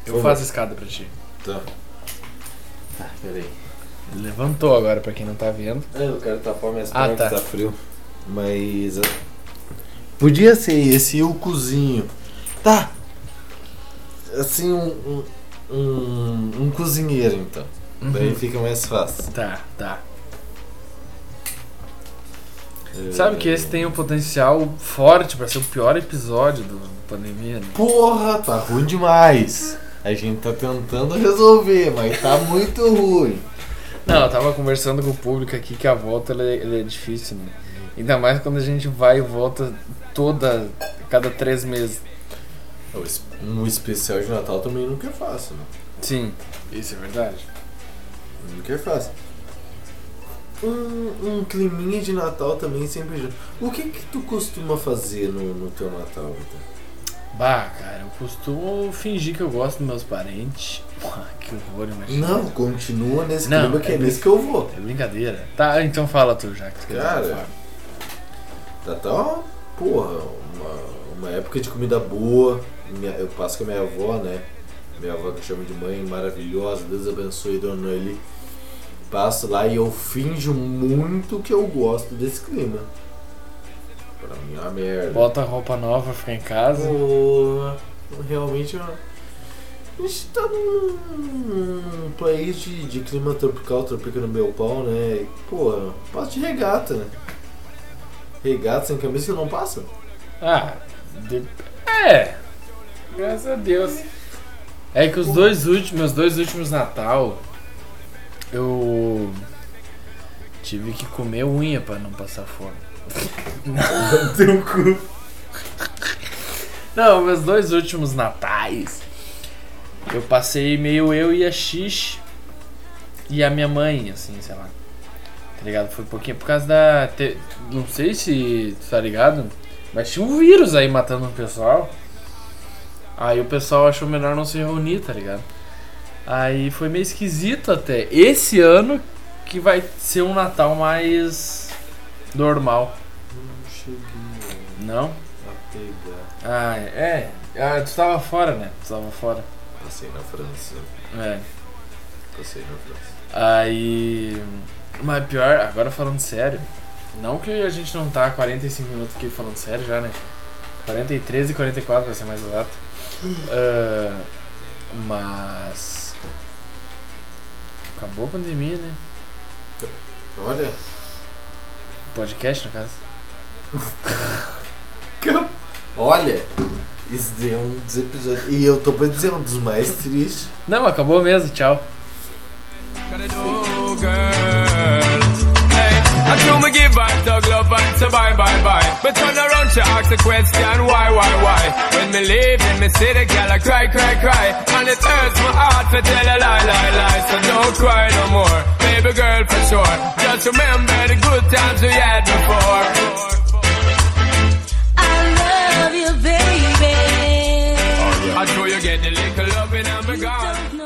Speaker 2: Eu
Speaker 6: Vamos.
Speaker 2: faço a escada pra ti.
Speaker 6: Tá. Tá, pera aí.
Speaker 2: Ele levantou agora, pra quem não tá vendo.
Speaker 6: É, eu quero tapar minhas
Speaker 2: Ah,
Speaker 6: pernas
Speaker 2: tá.
Speaker 6: que tá frio. Mas. é,
Speaker 1: ah, Podia ser esse e o cozinho. Tá. Assim, um, um, um, um cozinheiro, então.
Speaker 2: Uhum.
Speaker 1: Daí fica mais fácil.
Speaker 2: Tá, tá.
Speaker 6: é,
Speaker 2: Sabe que esse tem um potencial forte pra ser o pior episódio do pandemia, né?
Speaker 1: Porra, tá ruim demais. A gente tá tentando resolver, mas tá muito ruim.
Speaker 2: Não, eu tava conversando com o público aqui que a volta ela é, ela é difícil, né? Ainda mais quando a gente vai e volta toda, cada três meses.
Speaker 1: O es- Um especial de Natal também nunca é fácil, né?
Speaker 2: Sim, isso é verdade.
Speaker 1: Nunca é fácil. Um, um climinha de Natal também sempre ajuda. O que que tu costuma fazer no, no teu Natal, Vitor?
Speaker 2: Bah, cara, eu costumo fingir que eu gosto dos meus parentes. [laughs] Pô, que horror, imagina.
Speaker 1: Não, continua nesse
Speaker 2: Não,
Speaker 1: clima que é
Speaker 2: é
Speaker 1: nesse que eu vou.
Speaker 2: É brincadeira. Tá, então fala tu, já que tu quer
Speaker 1: Cara,
Speaker 2: falar.
Speaker 1: Natal, tá, porra, uma, uma época de comida boa. Minha- eu passo com a minha avó, né? Minha avó que eu chamo de mãe maravilhosa, Deus abençoe Dona Eli. Passo lá e eu finjo muito que eu gosto desse clima. Pra mim é uma merda.
Speaker 2: Bota roupa nova, fica em casa.
Speaker 1: Pô, realmente ó, a gente tá num, num país de, de clima tropical, tropica no meu pau, né? E, pô, passa de regata, né? Regata sem camisa você não passa?
Speaker 2: Ah, de... é. Graças a Deus. É que os dois últimos, meus dois últimos Natal, eu tive que comer unha pra não passar fome. [laughs] Teu cu. Não, meus dois últimos natais, eu passei meio eu e a Xix e a minha mãe, assim, sei lá. Tá ligado? Foi um pouquinho por causa da. te- Não sei se. tu Tá ligado? Mas tinha um vírus aí matando o pessoal. Aí o pessoal achou melhor não se reunir, tá ligado? Aí foi meio esquisito até. Esse ano que vai ser um Natal mais normal.
Speaker 1: Não cheguei
Speaker 2: Não?
Speaker 1: a pegar.
Speaker 2: Ah, é. Ah, tu tava fora, né? Tu tava fora.
Speaker 1: Passei na França,
Speaker 2: É.
Speaker 1: passei na França.
Speaker 2: Aí. Mas pior, agora falando sério. Não que a gente não tá há 45 minutos aqui falando sério já, né? 43 e 44 pra ser mais exato. Ah, mas. Acabou a pandemia, né?
Speaker 1: Olha,
Speaker 2: Podcast, no caso.
Speaker 1: olha, isso daí é um dos episódios. E eu tô pra dizer um dos mais tristes.
Speaker 2: Não, acabou mesmo, tchau.
Speaker 7: Oh, girl. Hey, I told me give back the glove and say bye bye bye. But turn around she ask the question why why why. When me leave in me city, girl I cry cry cry, and it hurts my heart to tell a lie lie lie. So don't cry no more, baby.
Speaker 2: baby girl for sure. Just remember the good times we had before.
Speaker 5: I love you, baby.
Speaker 2: Oh, I know you get the little loving and be gone.